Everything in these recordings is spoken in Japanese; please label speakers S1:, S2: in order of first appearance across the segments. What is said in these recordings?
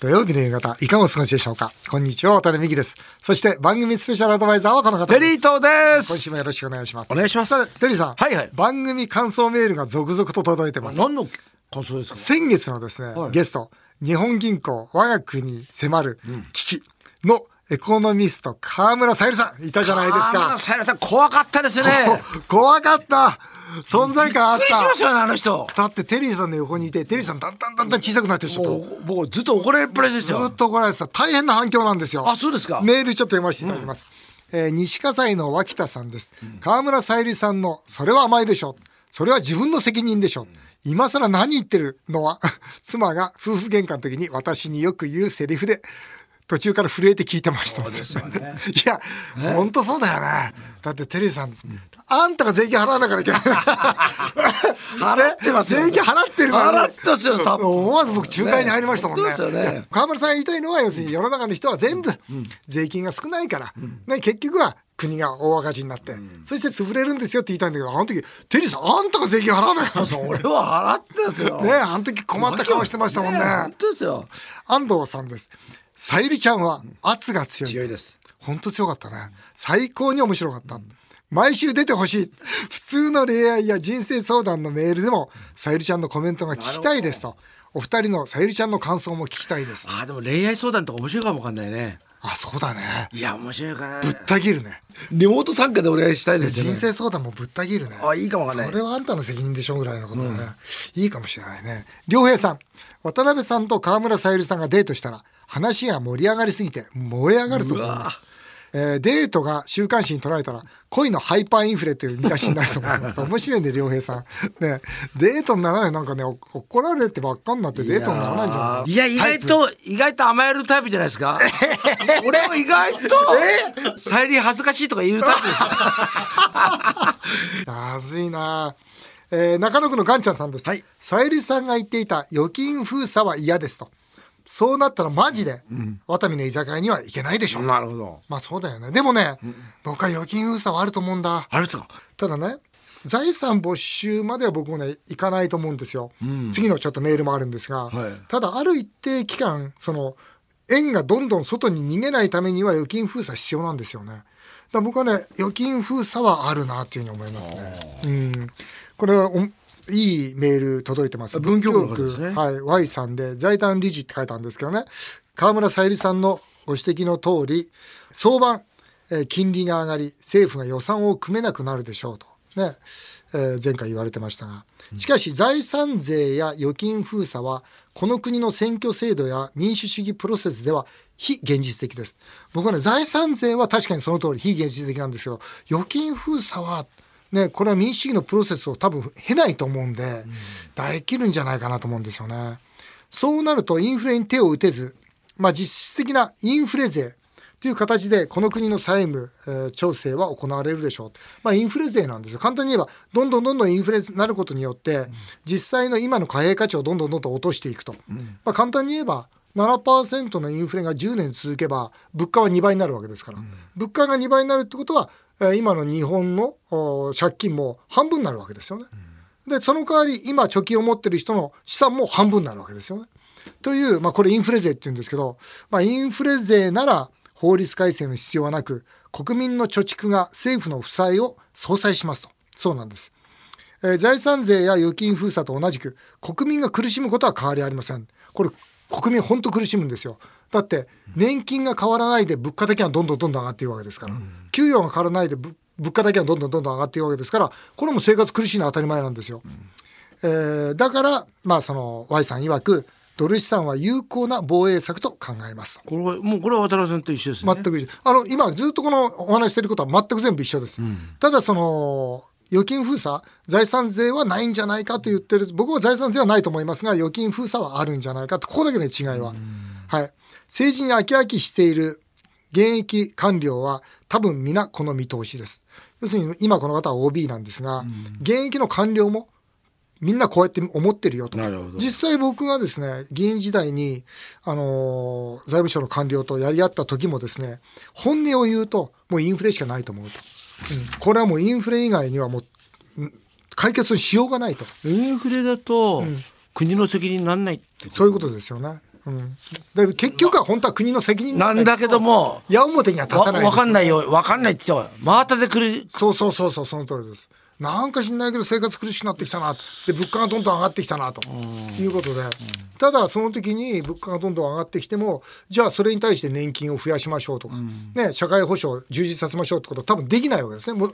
S1: 土曜日の夕方、いかがお過ごしでしょうかこんにちは、渡辺美希です。そして番組スペシャルアドバイザーはこの方
S2: テ
S1: で
S2: リ
S1: す
S2: ー。トで
S1: 今
S2: す
S1: 週もよろしくお願いします。
S2: お願いします
S1: さてテリーさん。
S2: はいはい
S1: 番組感想メールが続々と届いてます。
S2: 何の感想ですか
S1: 先月のですね、
S2: はい
S1: ゲスト、日本銀行我が国迫る危機のエコノミスト、河村さゆりさん、いたじゃないです
S2: あーま
S1: か
S2: だ。さやらさん怖かったですね
S1: こ 怖かった存在感あっ
S2: びっくりしましたたよねあの人
S1: だってテリーさんの横にいて、テリーさんだんだんだんだん小さくなってる人
S2: も
S1: と、
S2: うもうずっと怒られっぱなしです
S1: ず
S2: よ
S1: っと怒られてた。大変な反響なんですよ。
S2: あそうですか
S1: メールちょっと読ませていただきます。えー西葛西の脇田さんです。河村さゆりさんの、それは甘いでしょ。それは自分の責任でしょ。今更何言ってるのは、 妻が夫婦喧嘩の時に私によく言うセリフで、途中から震えて聞いてました。 いや、ほんとそうだよね。だってテリーさん、あんたが税金払わなきゃいけ ない。払って
S2: ますよ
S1: 税金払ってるからね
S2: 払ってますよ多分
S1: 思わず僕仲介に入りましたもんね。
S2: ねそうですよね
S1: 河村さんが言いたいのは要するに世の中の人は全部税金が少ないから、ね、結局は国が大赤字になって、そして潰れるんですよって言いたいんだけどあの時テリーさんあんたが税金払わないからね
S2: 俺は払ってですよ
S1: えあの時困った顔してましたもんね
S2: え本当ですよ
S1: 安藤さんですさゆりちゃんは圧が強い
S2: 強いです
S1: 本当強かったね最高に面白かった、毎週出てほしい普通の恋愛や人生相談のメールでもさゆりちゃんのコメントが聞きたいですとお二人のさゆりちゃんの感想も聞きたいです
S2: あーでも恋愛相談とか面白いかもわかんないね
S1: あそうだね
S2: いや面白いかな
S1: ぶった切るね
S2: リモート参加でお願いしたいですよね
S1: 人生相談もぶった切るね
S2: あいいかもわかんない
S1: それはあんたの責任でしょぐらいのことだね、いいかもしれないね良平さん渡辺さんと川村さゆりさんがデートしたら話が盛り上がりすぎて燃え上がると思いますえーデートが週刊誌に捉えたら恋のハイパーインフレという見出しになると思います 面白いね良平さんねデートにならないなんかねお怒られてばっかになってデートにならないんじゃない
S2: いや意外と意外と甘えるタイプじゃないです か俺は意外とさゆり恥ずかしいとか言うタイプですよ
S1: まずいな、えー中野区のガンちゃんさんです、
S2: はい
S1: さゆりさんが言っていた預金封鎖は嫌ですとそうなったらマジで、ワタミの居酒屋には行けないでしょ、
S2: なるほど
S1: まあそうだよねでもね、僕は預金封鎖はあると思うんだ
S2: あれですか
S1: ただね財産没収までは僕もね行かないと思うんですよ、次のちょっとメールもあるんですが、
S2: はい
S1: ただある一定期間その円がどんどん外に逃げないためには預金封鎖必要なんですよねだから僕はね預金封鎖はあるなというふうに思いますねうんこれはおいいメール届いてます
S2: 文京区の方ですね
S1: はい、Y さんで財団理事って書いたんですけどね河村さゆりさんのご指摘の通り相場、えー金利が上がり政府が予算を組めなくなるでしょうと、ねえー前回言われてましたがしかし財産税や預金封鎖はこの国の選挙制度や民主主義プロセスでは非現実的です僕はね財産税は確かにその通り非現実的なんですけど預金封鎖はね、これは民主主義のプロセスを多分経ないと思うんで、大切るんじゃないかなと思うんですよね。そうなるとインフレに手を打てず、まあ、実質的なインフレ税という形でこの国の債務、えー調整は行われるでしょう、まあ、インフレ税なんですよ簡単に言えばどんどんどんどんインフレになることによって、実際の今の貨幣価値をどんどんどんどん落としていくと、まあ、簡単に言えば7%のインフレが10年続けば物価は2倍になるわけですから、物価が2倍になるってことはえー今の日本のお借金も半分になるわけですよね。でその代わり今貯金を持ってる人の資産も半分になるわけですよね。という、まあ、これインフレ税って言うんですけど、まあ、インフレ税なら法律改正の必要はなく国民の貯蓄が政府の負債を相殺しますとそうなんです。えー財産税や預金封鎖と同じく国民が苦しむことは変わりありませんこれ国民本当苦しむんですよだって年金が変わらないで物価だけはどんどんどんどん上がっていくわけですから、給与が変わらないでぶ物価だけはどんどんどんどん上がっていくわけですからこれも生活苦しいのは当たり前なんですよ、えーだからまあその Y さん曰くドル資産は有効な防衛策と考えますと
S2: これはもうこれは渡辺さんと一緒ですね、
S1: 全く一緒あの今ずっとこのお話ししてることは全く全部一緒です、ただその預金封鎖財産税はないんじゃないかと言ってる僕は財産税はないと思いますが預金封鎖はあるんじゃないかとここだけの違いは、はい、政治に飽き飽きしている現役官僚は多分皆この見通しです要するに今この方は OB なんですが、現役の官僚もみんなこうやって思ってるよと
S2: なるほど
S1: 実際僕がですね議員時代に、あのー財務省の官僚とやり合った時もですね本音を言うともうインフレしかないと思うと、うんこれはもうインフレ以外にはもううん解決のしようがないと
S2: インフレだと、国の責任になんないって
S1: そういうことですよねだけど結局は本当は国の責任
S2: なんだけども
S1: 矢面には立
S2: わ
S1: たない
S2: わかん
S1: い
S2: ないよわかんないって言っちゃう真旗でくる
S1: そうそうそうそうその通りですなんか知んないけど生活苦しくなってきたなで物価がどんどん上がってきたなということでただその時に物価がどんどん上がってきてもじゃあそれに対して年金を増やしましょうとか、ね、社会保障を充実させましょうってことは多分できないわけですねもう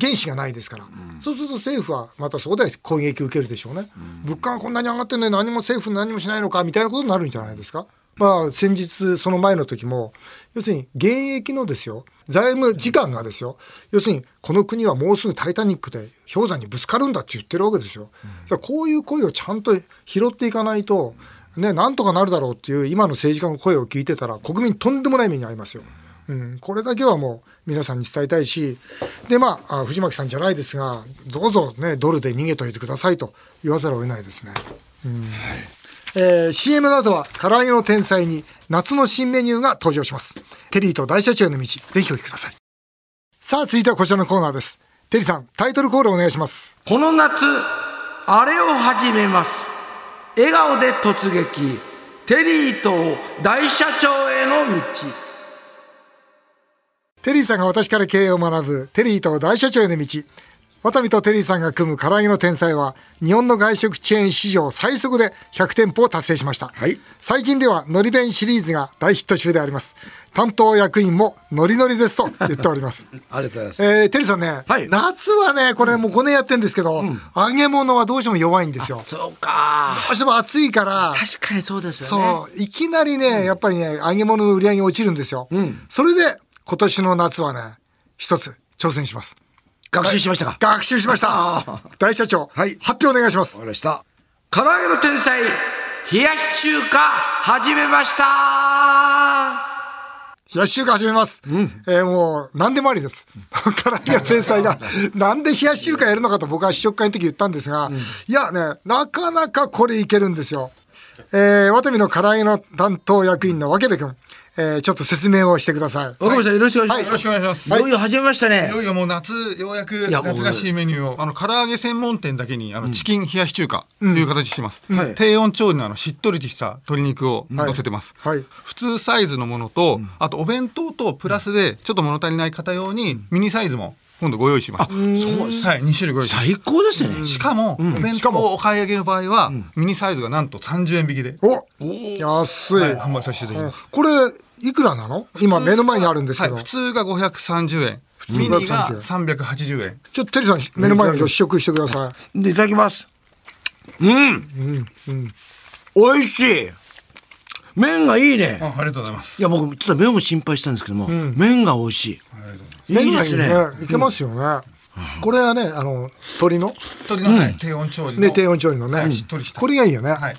S1: 原資がないですから、そうすると政府はまたそこで攻撃を受けるでしょうね、物価がこんなに上がってるのに何も政府何もしないのかみたいなことになるんじゃないですか。まあ、先日、その前の時も、要するに現役のですよ、財務時間がですよ、要するにこの国はもうすぐタイタニックで氷山にぶつかるんだって言ってるわけですよ。だからこういう声をちゃんと拾っていかないと、ね、なんとかなるだろうっていう今の政治家の声を聞いてたら、国民とんでもない目に遭いますよ。うん、これだけはもう皆さんに伝えたいし、で、まあ、あ藤巻さんじゃないですが、どうぞね、ドルで逃げといてくださいと言わざるを得ないですね。えー CM などは唐揚げの天才に夏の新メニューが登場します。テリーと大社長への道、ぜひお聞きください。さあ、続いてはこちらのコーナーです。テリーさん、タイトルコールお願いします。
S2: この夏あれを始めます笑顔で突撃テリーと大社長への道
S1: テリーさんが私から経営を学ぶ、テリーと大社長への道。渡美とテリーさんが組む唐揚げの天才は、日本の外食チェーン史上最速で100店舗を達成しました。
S2: はい
S1: 最近では、のり弁シリーズが大ヒット中であります。担当役員も、ノリノリですと言っております。
S2: ありがとうございます
S1: えー、テリーさんね、
S2: はい
S1: 夏はねこれもう5年やってんですけど、揚げ物はどうしても弱いんですよ。
S2: そうか
S1: どうしても暑いから
S2: 確かにそうですよね
S1: そういきなりねやっぱりね揚げ物の売り上げ落ちるんですよ。それで今年の夏はね一つ挑戦します。
S2: 学習しましたか
S1: 学習しました
S2: あ
S1: 大社長、
S2: はい
S1: 発表お願いします
S2: わかりました唐揚げの天才冷やし中華始めました
S1: 冷やし中華始めます、えーもう何でもありです 唐揚げの天才がなんで冷やし中華やるのかと僕は試食会の時言ったんですが、いやねなかなかこれいけるんですよ、えー、ワタミの唐揚げの担当役員のわけべくん、えーちょっと説明をしてください
S2: 若林さんよろしくお願いし
S3: よ
S2: ま
S3: ろ
S2: す
S3: しくお願いします。
S2: いよいよ始めましたね
S3: いよいよもう夏、ようやく
S2: や
S3: 夏らしいメニューを、あの、唐揚げ専門店だけに、あの、チキン冷やし中華という形にしてます。
S2: はい
S3: 低温調理のあの、しっとりとした鶏肉を
S1: はい
S3: 乗せてます。
S1: はい
S3: 普通サイズのものと、あとお弁当とプラスで、ちょっと物足りない方用に、ミニサイズも今度ご用意します。そうです。はい、2種類ご用意します。
S2: 最高ですね
S3: しかも、お弁当をお買い上げの場合は、ミニサイズがなんと30円引きで、
S1: お安い、
S3: はい販売させていただきます。
S1: これいくらなの今目の前にあるんですけど、
S3: はい、普通が530円。ミニが380円。
S1: ちょっとテリーさん目の前に試食してください
S2: でいただきますうん、うんうん、美味しい麺がいいね、
S3: あありがとうございます。
S2: いや僕ちょっと麺を心配したんですけども、麺が美味しいいいですね
S1: 目の前にいけますよね、これはねあの鶏の
S3: 鳥の、はい低温調理の。
S1: ね低温調理のね、
S3: しっとりした
S1: これがいいよね、
S3: はい。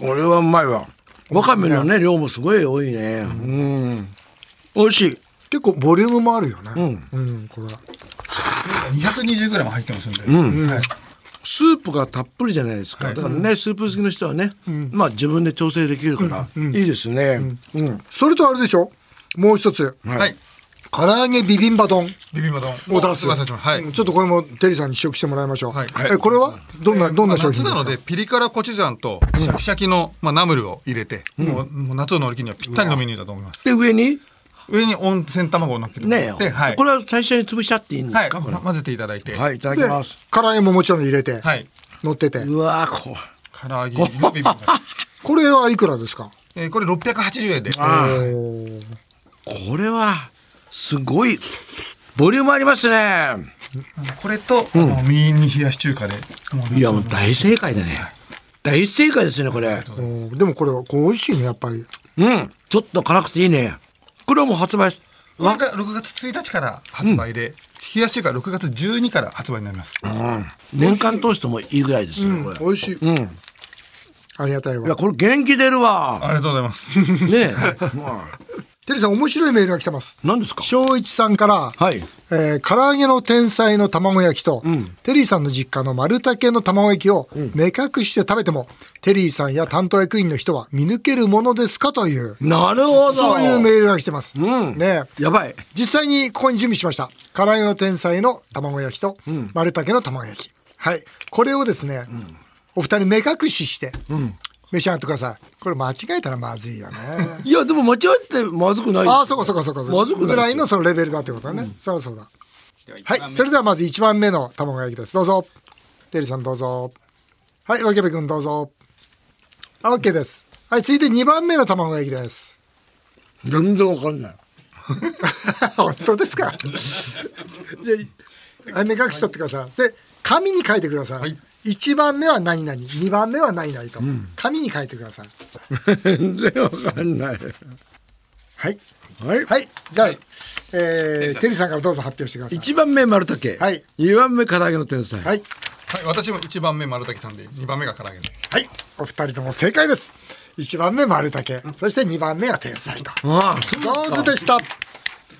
S2: これはうまいわわかめのね量もすごい多いねうん美味しい
S1: 結構ボリュームもあるよね。うん、これは。
S3: 220グラム入ってますんで。はい
S2: スープがたっぷりじゃないですか、だからねスープ好きの人はね、まあ自分で調整できるから、いいですね、うん
S1: それとあれでしょもう一つ、
S3: はい。はい。
S1: 唐揚げビビンバ丼
S3: ビビンバ丼
S1: を出す。
S3: お出しますはい。
S1: ちょっとこれもテリーさんに試食してもらいましょう。
S3: はい
S1: えこれはどんな、どんな商品
S3: まあ夏なの
S1: で
S3: でピリ辛コチュジャンとシャキシャキの、まあ、ナムルを入れて、もうもう夏を乗り切るにはぴったりのメニューだと思います
S2: で上に
S3: 上に温泉卵を乗っけて
S2: ね
S3: で、はい、
S2: これは最初に潰しちゃっていいんで
S3: は
S2: す
S3: い、
S2: か、これ
S3: ま混ぜていただいて、
S2: はいいただ
S1: す
S2: き
S1: か
S2: ま、
S1: です唐揚げももちろん入れて、
S3: はい、
S1: 乗ってて。
S2: うわーこ
S3: 唐揚げのビビンバ丼、
S1: これはいくらですか
S3: えーこれ680円で
S2: これはすごいボリュームありますね
S3: これと、あのミニ冷やし中華でもう
S2: いやもう大正解だね大正解ですねこれ
S1: おーでもこれ、こう美味しいね、やっぱり。
S2: うんちょっと辛くていいねこれはもう発売し
S3: これが6月1日から発売で、冷やし中華6月12日から発売になります、
S2: 年間通してもいいぐらいですね、これ
S1: 美味しい。ありがたい
S2: いや
S1: わ。
S2: これ元気出るわ
S3: ありがとうございます
S2: ねえまあ
S1: テリーさん、面白いメールが来てます。
S2: 何ですか
S1: 正一さんから、
S2: はい
S1: えー唐揚げの天才の卵焼きと、テリーさんの実家の丸竹の卵焼きを目隠して食べても、テリーさんや担当役員の人は見抜けるものですかという、
S2: なるほど
S1: そういうメールが来てます。
S2: ん
S1: ねえ
S2: やばい
S1: 実際にここに準備しました。唐揚げの天才の卵焼きと、丸竹の卵焼き。はい。これをですね、お二人目隠しして、召し上がってくださいこれ間違えたらまずいよね
S2: いやでも間違えてまずくない
S1: ああそうかそうかそうか
S2: まずくない
S1: ぐらいのそのレベルだってことだね、そうだそうだは
S3: 番
S1: いそれではまず1番目の卵焼きですどうぞテリーさんどうぞはいわけべくんどうぞあ OK ですはい続いて2番目の卵焼きです
S2: 全然わかんない
S1: 本当ですかじゃあはい目隠し取ってくださいで紙に書いてください、1番目は何々2番目は何々と、紙に書いてください
S2: 全然わかんない
S1: はい
S2: はい、
S1: はい、じゃあ、えー、テリーさんからどうぞ発表してください。
S2: 一番目丸竹、
S1: はい
S2: 二番目唐揚げの天才、
S1: はい、
S3: はい、私も一番目丸滝さんで、二番目が唐揚げです。
S1: はい、お二人とも正解です。一番目丸竹、そして二番目は天才と。
S2: ああ
S1: 上手でした。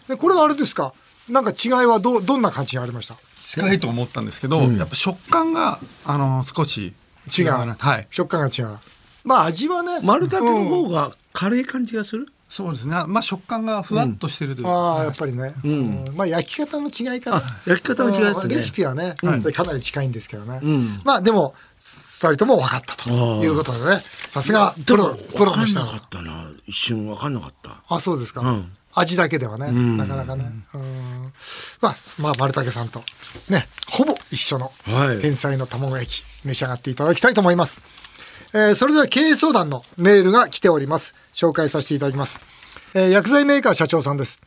S1: で、これはあれですか。なんか違いはどう、どんな感じにありました。
S3: 近いと思ったんですけど、やっぱ食感が、あの少し
S1: 違う。
S3: なはい。
S1: 食感が違う。まあ、味はね。
S2: 丸竹の方が軽い感じがする、
S3: そうですね。まあ食感がふわっとしてるというか。
S1: ああ、やっぱりね。うんまあ、焼き方の違いかな。
S2: 焼き方の違いですね
S1: レシピはね、それかなり近いんですけどね。まあ、でも、二人とも分かったということでね。さすが、プロ、プロの人だ
S2: わかんなかったな一瞬わかんなかった
S1: あそうですか、味だけではね、なかなかねうんまあまあ丸竹さんとねほぼ一緒の
S2: はい
S1: 天才の卵焼き召し上がっていただきたいと思います、えーそれでは経営相談のメールが来ております紹介させていただきます、えー薬剤メーカー社長さんです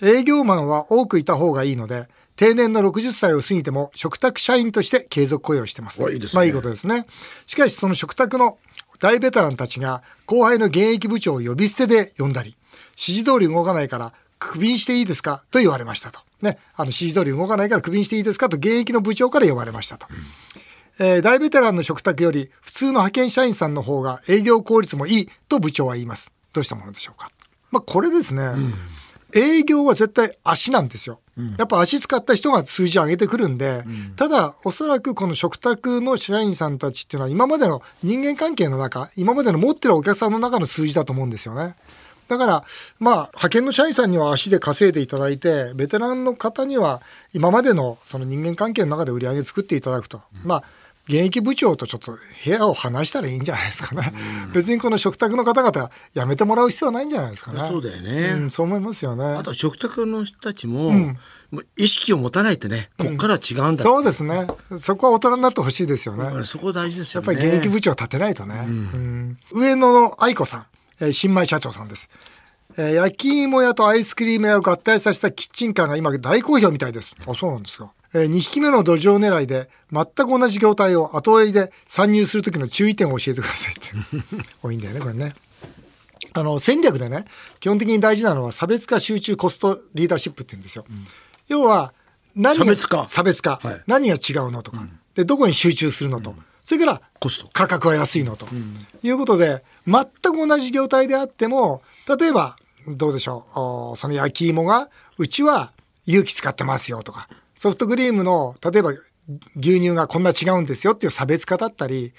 S1: 営業マンは多くいた方がいいので定年の60歳を過ぎても嘱託社員として継続雇用してます
S2: おいいですね
S1: まあいいことですね。しかしその食卓の大ベテランたちが後輩の現役部長を呼び捨てで呼んだり、指示通り動かないからクビにしていいですかと言われましたと。ね、あの指示通り動かないからクビにしていいですかと現役の部長から呼ばれましたと。えー大ベテランの食卓より普通の派遣社員さんの方が営業効率もいいと部長は言います。どうしたものでしょうか。まあ、これですね。営業は絶対足なんですよ。やっぱ足使った人が数字上げてくるんで、ただおそらくこの食卓の社員さんたちっていうのは今までの人間関係の中、今までの持ってるお客さんの中の数字だと思うんですよね。だから、まあ、派遣の社員さんには足で稼いでいただいて、ベテランの方には今までのその人間関係の中で売り上げ作っていただくと。まあ、現役部長とちょっと部屋を離したらいいんじゃないですかね。別にこの食卓の方々辞めてもらう必要はないんじゃないですかね。
S2: そうだよね
S1: うん、そう思いますよね。
S2: あと食卓の人たちも,、もう意識を持たないとねこっからは違うんだ、
S1: そうですね。そこは大人になってほしいですよね。
S2: だからそこ大事です
S1: や
S2: よ
S1: っ
S2: ね
S1: ぱり現役部長を立てないとね。うん上野の愛子さん、えー新米社長さんです。えー焼き芋屋とアイスクリーム屋を合体させたキッチンカーが今大好評みたいです。あ、そうなんですか。え2匹目の土壌狙いで全く同じ業態を後追いで参入する時の注意点を教えてくださいって。 多いんだよね、これね。あの戦略でね基本的に大事なのは差別化集中コストリーダーシップって言うんですよ、要は何が
S2: 差別化
S1: 差別化、
S2: はい
S1: 何が違うのとか、でどこに集中するのと、それから
S2: コスト
S1: 価格は安いのと、いうことで全く同じ業態であっても例えばどうでしょうおーその焼き芋がうちは有機使ってますよとかソフトクリームの例えば牛乳がこんな違うんですよっていう差別化だったり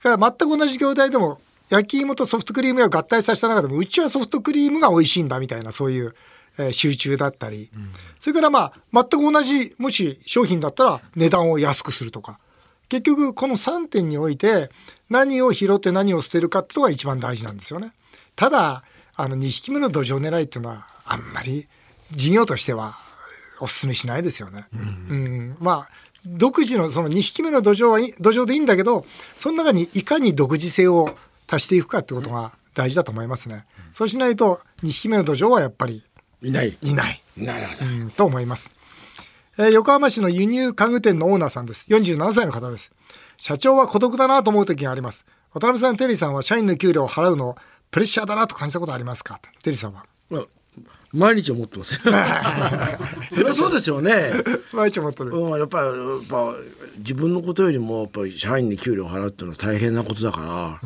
S1: それから全く同じ業態でも焼き芋とソフトクリームを合体させた中でもうちはソフトクリームが美味しいんだみたいなそういう、えー集中だったり、それからまあ全く同じもし商品だったら値段を安くするとか結局この3点において何を拾って何を捨てるかっていうのが一番大事なんですよね。ただあの2匹目の土壌狙いっていうのはあんまり事業としてはお勧めしないですよね。うん、まあ独自のその2匹目の土壌はいい土壌でいいんだけどその中にいかに独自性を足していくかってことが大事だと思いますね。そうしないと2匹目の土壌はやっぱり
S2: いない
S1: いない、
S2: なるほど
S1: うん、と思います。えー横浜市の輸入家具店のオーナーさんです。47歳の方です。社長は孤独だなと思う時があります。渡辺さん、テリーさんは社員の給料を払うのをプレッシャーだなと感じたことありますかテリーさんは。
S2: まあ毎日思っ てますよそりゃそうですよね、
S1: 毎日思ってる。
S2: うん、やっぱりやっぱ自分のことよりもやっぱり社員に給料を払うっていうのは大変なことだから、あ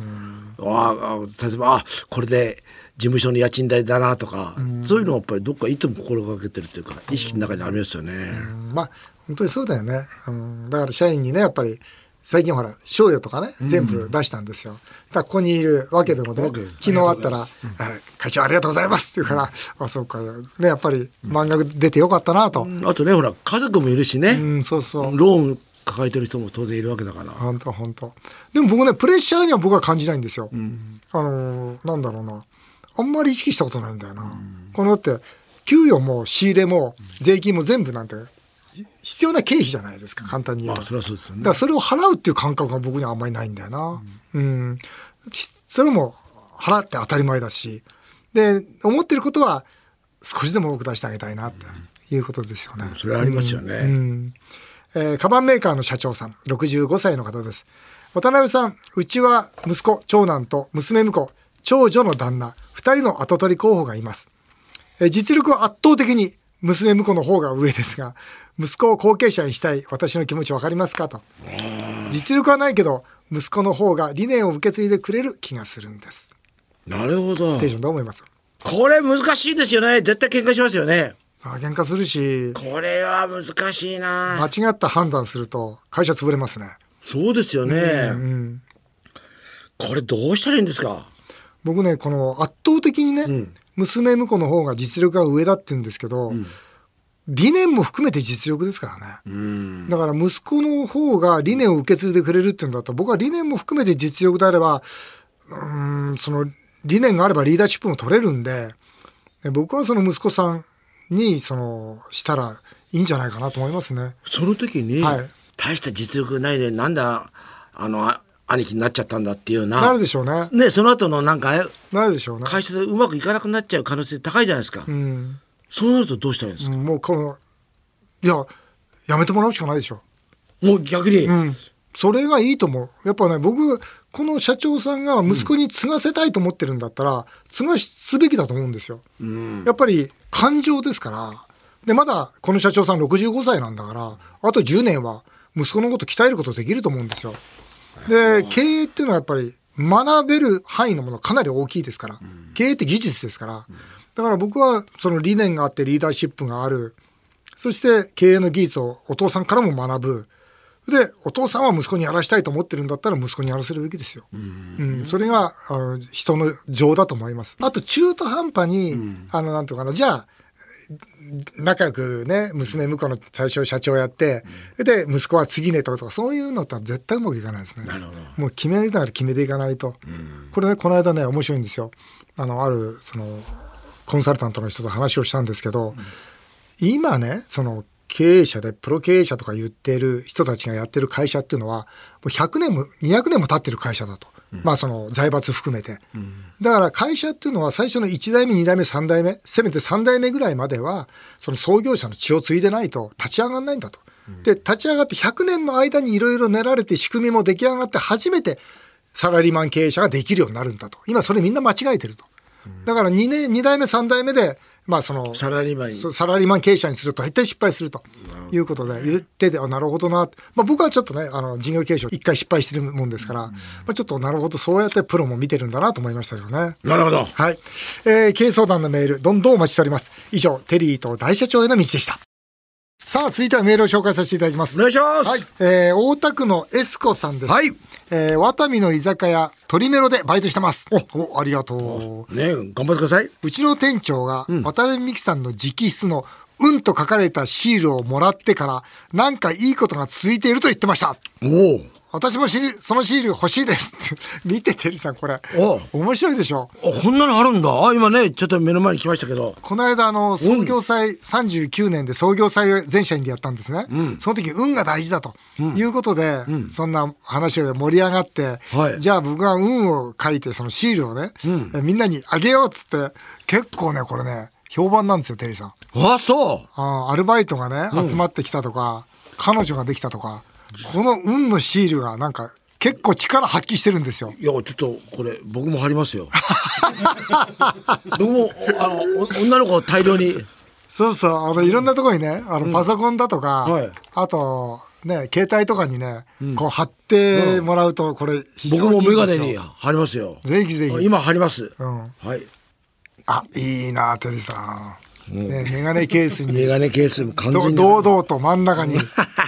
S2: あ例えばあこれで事務所の家賃代だなとか、そういうのはやっぱりどっかいつも心がけてるっていうか意識の中にありますよね、
S1: まあ本当にそうだよね、うん、だから社員にねやっぱり最近ほら賞与とかね全部出したんですよ、だからここにいるわけでもね昨日あったら「はい会長ありがとうございます」って言うから「あそうかねやっぱり漫画出てよかったな」と、
S2: あとねほら家族もいるしね、
S1: うん、そうそう
S2: ローン抱えてる人も当然いるわけだから。
S1: 本当本当でも僕ねプレッシャーには僕は感じないんですよ、あのーなんだろうなあんまり意識したことないんだよな、このだって給与も仕入れも税金も全部なんてい必要な経費じゃないですか簡単に言えば、
S2: まあそれはそうですよ
S1: だ
S2: ね
S1: か。らそれを払うっていう感覚が僕にはあんまりないんだよな。うん。しそれも払って当たり前だし。で、思ってることは少しでも多く出してあげたいなっていうことですよね。
S2: それはありますよね。
S1: うんえーカバンメーカーの社長さん、65歳の方です。渡辺さん、うちは息子、長男と娘婿、長女の旦那、2人の跡取り候補がいます。えー実力は圧倒的に娘婿の方が上ですが、息子を後継者にしたい私の気持ちわかりますかと。実力はないけど、息子の方が理念を受け継いでくれる気がするんです。
S2: なるほど
S1: テ。ンションどう思います
S2: これ難しいですよね。絶対喧嘩しますよね。
S1: あー喧嘩するし、
S2: これは難しいな。
S1: 間違った判断すると会社潰れますね。
S2: そうですよね。これどうしたらいいんですか。
S1: 僕ねこの圧倒的にね、娘婿の方が実力が上だって言うんですけど、理念も含めて実力ですからね、だから息子の方が理念を受け継いでくれるっていうんだったら僕は理念も含めて実力であればうーんその理念があればリーダーシップも取れるんでで僕はその息子さんにそのしたらいいんじゃないかなと思いますね。
S2: その時に、
S1: はい
S2: 大した実力ないのになんだあのあ兄貴になっちゃったんだっていうような。
S1: なるでしょうね。
S2: ねその後のなんかね
S1: なるでしょうね。
S2: 会社でうまくいかなくなっちゃう可能性高いじゃないですか。
S1: うん
S2: そうなるとどうしたらいいんですか。
S1: もうこのいややめてもらうしかないでしょ。
S2: もう逆に、
S1: うん、それがいいと思う。やっぱね、僕、この社長さんが息子に継がせたいと思ってるんだったら、継がすべきだと思うんですよ。やっぱり感情ですから、で、まだこの社長さん65歳なんだから、あと10年は息子のこと鍛えることできると思うんですよ。で、経営っていうのはやっぱり学べる範囲のものかなり大きいですから、経営って技術ですから、だから僕はその理念があってリーダーシップがある、そして経営の技術をお父さんからも学ぶ。で、お父さんは息子にやらしたいと思ってるんだったら息子にやらせるべきですよ。うん、それがあの人の情だと思います。あと中途半端に、あの、なんとかな、じゃあ、仲良くね、娘婿の最初社長やって、で、息子は次ねとかとか、そういうのってのは絶対うまくいかないですね。
S2: なるほど
S1: もう決めるなら決めていかないと。これね、この間ね、面白いんですよ。あの、ある、その、コンサルタントの人と話をしたんですけど、今ね、その、経営者で、プロ経営者とか言ってる人たちがやってる会社っていうのは、もう100年も200年も経ってる会社だと。まあ、その、財閥含めて。だから会社っていうのは最初の1代目、2代目、3代目、せめて3代目ぐらいまでは、その創業者の血を継いでないと立ち上がんないんだと。で、立ち上がって100年の間にいろいろ練られて仕組みも出来上がって初めてサラリーマン経営者ができるようになるんだと。今それみんな間違えてると。だから2年、2代目、3代目で、まあその、
S2: サラリーマンに
S1: そうサラリーマン経営者にすると大体失敗するということで言ってて、あなるほどなって、まあ、僕はちょっとねあの事業継承一回失敗してるもんですから、まあ、ちょっとなるほどそうやってプロも見てるんだなと思いましたけどね。
S2: なるほど。
S1: はい、えー、経営相談のメールどんどんお待ちしております以上テリーと大社長への道でしたさあ続いてはメールを紹介させていただきます
S2: お願いします。
S1: はい、えー、大田区のエスコさんです
S2: はい
S1: えー、ワタミの居酒屋鳥メロでバイトしてますおありがとう
S2: ね頑張ってください。
S1: うちの店長が渡辺美樹さんの直筆の「うん」と書かれたシールをもらってからなんかいいことが続いていると言ってました
S2: おお。
S1: 私もしそのシール欲しいです 見ててるさんこれ
S2: お
S1: 面白いでしょ
S2: あこんなのあるんだ。あ今ねちょっと目の前に来ましたけど。
S1: この間あの創業祭39年で創業祭を全社員でやったんですね、その時運が大事だということで、そんな話で盛り上がって、
S2: はい
S1: じゃあ僕が運を書いてそのシールをね、えみんなにあげようっつって結構ねこれね評判なんですよテリーさん
S2: あそう。
S1: あーアルバイトがね、集まってきたとか、彼女ができたとか、この運のシールがなんか結構力発揮してるんですよ。
S2: いやちょっとこれ僕も貼りま すよ。僕もあのお女の子を大量に。
S1: そうそう、あの、いろんなとこにね、あの、パソコンだとか、
S2: はい
S1: あと、ね、携帯とかにね、こう貼ってもらうと、これ、非
S2: 僕
S1: 常に
S2: も
S1: いいんです
S2: メ
S1: よ
S2: ガネに貼りますよ。
S1: ぜひぜひ
S2: 今貼ります。
S1: ん
S2: はい。
S1: あ、いいなあ、テリーさん。ね、メガネケース
S2: メ
S1: に、
S2: ガネケースも完
S1: ど
S2: 全に。
S1: 堂々と真ん中に、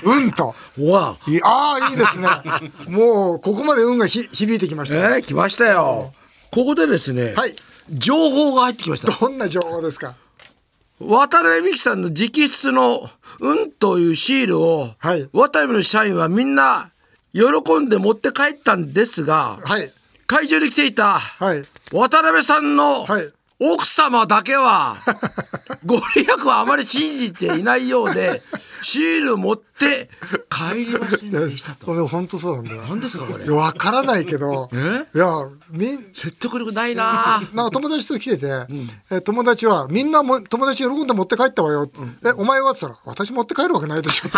S1: 運と。
S2: うわ。
S1: いいああ、いいですね。 もう、ここまで運がひ響いてきまし
S2: え
S1: た。
S2: ー、来ましたよ。ここでですね。
S1: はい
S2: 情報が入ってきました。
S1: どんな情報ですか
S2: 渡辺美樹さんの直筆の「うん」というシールを、
S1: はい
S2: 渡辺の社員はみんな喜んで持って帰ったんですが、
S1: はい
S2: 会場に来ていた
S1: はい
S2: 渡辺さんの
S1: はい
S2: 奥様だけ はご利益はあまり信じていないよう でシール持って帰りません でしたと。
S1: これ本当そうなんだよ
S2: 何ですかこれ
S1: いやわからないけ どいやみん
S2: 説得力ないなぁ
S1: なんか友達と来てて、え友達は、みんなも友達喜んで持って帰ったわよって、え、お前はって言ったら、私持って帰るわけないで しょって。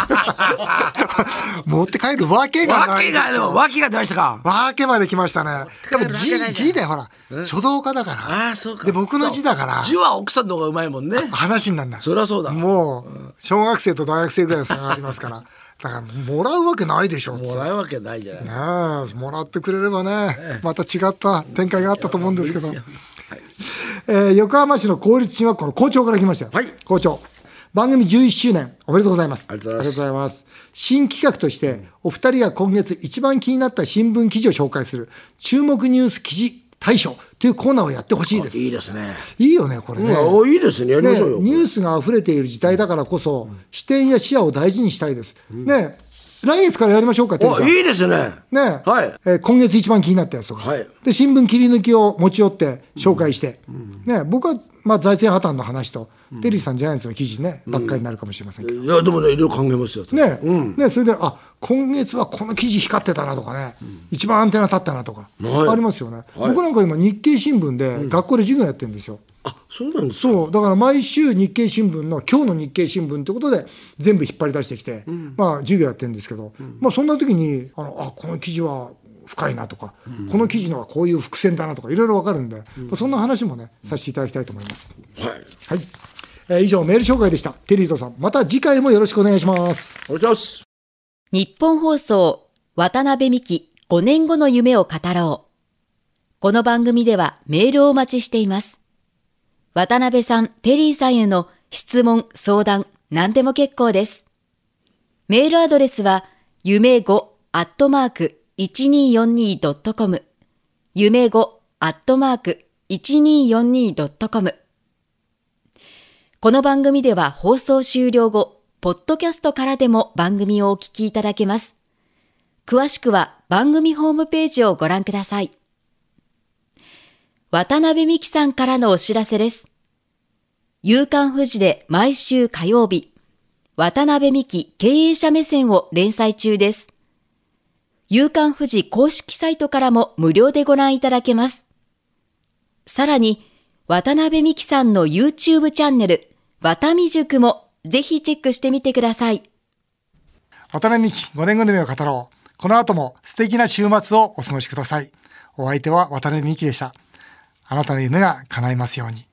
S1: 持って帰るわけが
S2: わ
S1: ない
S2: け
S1: でしょ。
S2: がわけが出ましたか
S1: わけまで来ましたね。でも
S2: 持って帰るわけない
S1: G、
S2: じゃん
S1: G だよ、ほら。書道家だから。
S2: ああそうか
S1: で、僕の字だから、
S2: 字は奥さんの方がうまいもんね
S1: 話になんない。
S2: そりゃそうだも
S1: もう、小学生と大学生ぐらいの差がありますから。だから、もらうわけないでしょって。ね
S2: らうわけないじゃない
S1: えもらってくれればね、また違った展開があったと思うんですけど。えー横浜市の公立中学校の校長から来ましたよ。
S2: はい
S1: 校長。番組11周年、おめでとうございます。
S2: ありがとうございま
S1: あり
S2: す
S1: がとうございます新企画として、お二人が今月一番気になった新聞記事を紹介する、注目ニュース記事大賞というコーナーをやってほしいです。い
S2: いいですね
S1: いよね、これね。
S2: おいいですねやりましょうよ、
S1: ね、ニュースが溢れている時代だからこそ、視点や視野を大事にしたいです。ね来月からやりましょうか、天
S2: お
S1: さん。
S2: いいですね
S1: ね
S2: はい
S1: えー今月一番気になったやつとか、
S2: はい
S1: で新聞切り抜きを持ち寄って紹介して、ね、僕は、まあ、財政破綻の話と、テリーさん、ジャイアンツの記事ね、ばっかりになるかもしれませんけど、
S2: いやでもねいろいろ考えますよ
S1: ねねそれで、あ今月はこの記事光ってたなとかね、一番アンテナ立ったなとか、
S2: はい
S1: ありますよね、僕なんか今、日経新聞で学校で授業やってるんですよ。
S2: あそうなんですか
S1: そうだから毎週日経新聞の今日の日経新聞ってことで全部引っ張り出してきて、まあ授業やってるんですけど、まあそんな時にあのあこの記事は深いなとか、この記事のはこういう伏線だなとかいろいろわかるんで、まあそんな話もねさせていただきたいと思います。
S2: はい
S1: はい、えー以上メール紹介でした。テリーとさんまた次回もよろしくお願いします。
S2: お願いします
S4: 日本放送渡辺美希5年後の夢を語ろう。この番組ではメールをお待ちしています。渡辺さん、テリーさんへの質問、相談、何でも結構です。メールアドレスは夢5アットマーク 1242.com 夢5アットマーク 1242.com この番組では放送終了後、ポッドキャストからでも番組をお聞きいただけます。詳しくは番組ホームページをご覧ください。渡辺美希さんからのお知らせです。夕刊富士で毎週火曜日、渡辺美希経営者目線を連載中です。夕刊富士公式サイトからも無料でご覧いただけます。さらに、渡辺美希さんの YouTube チャンネル、渡美塾もぜひチェックしてみてください。
S1: 渡辺美希5年後の夢を語ろう。この後も素敵な週末をお過ごしください。お相手は渡辺美希でした。あなたの夢が叶いますように。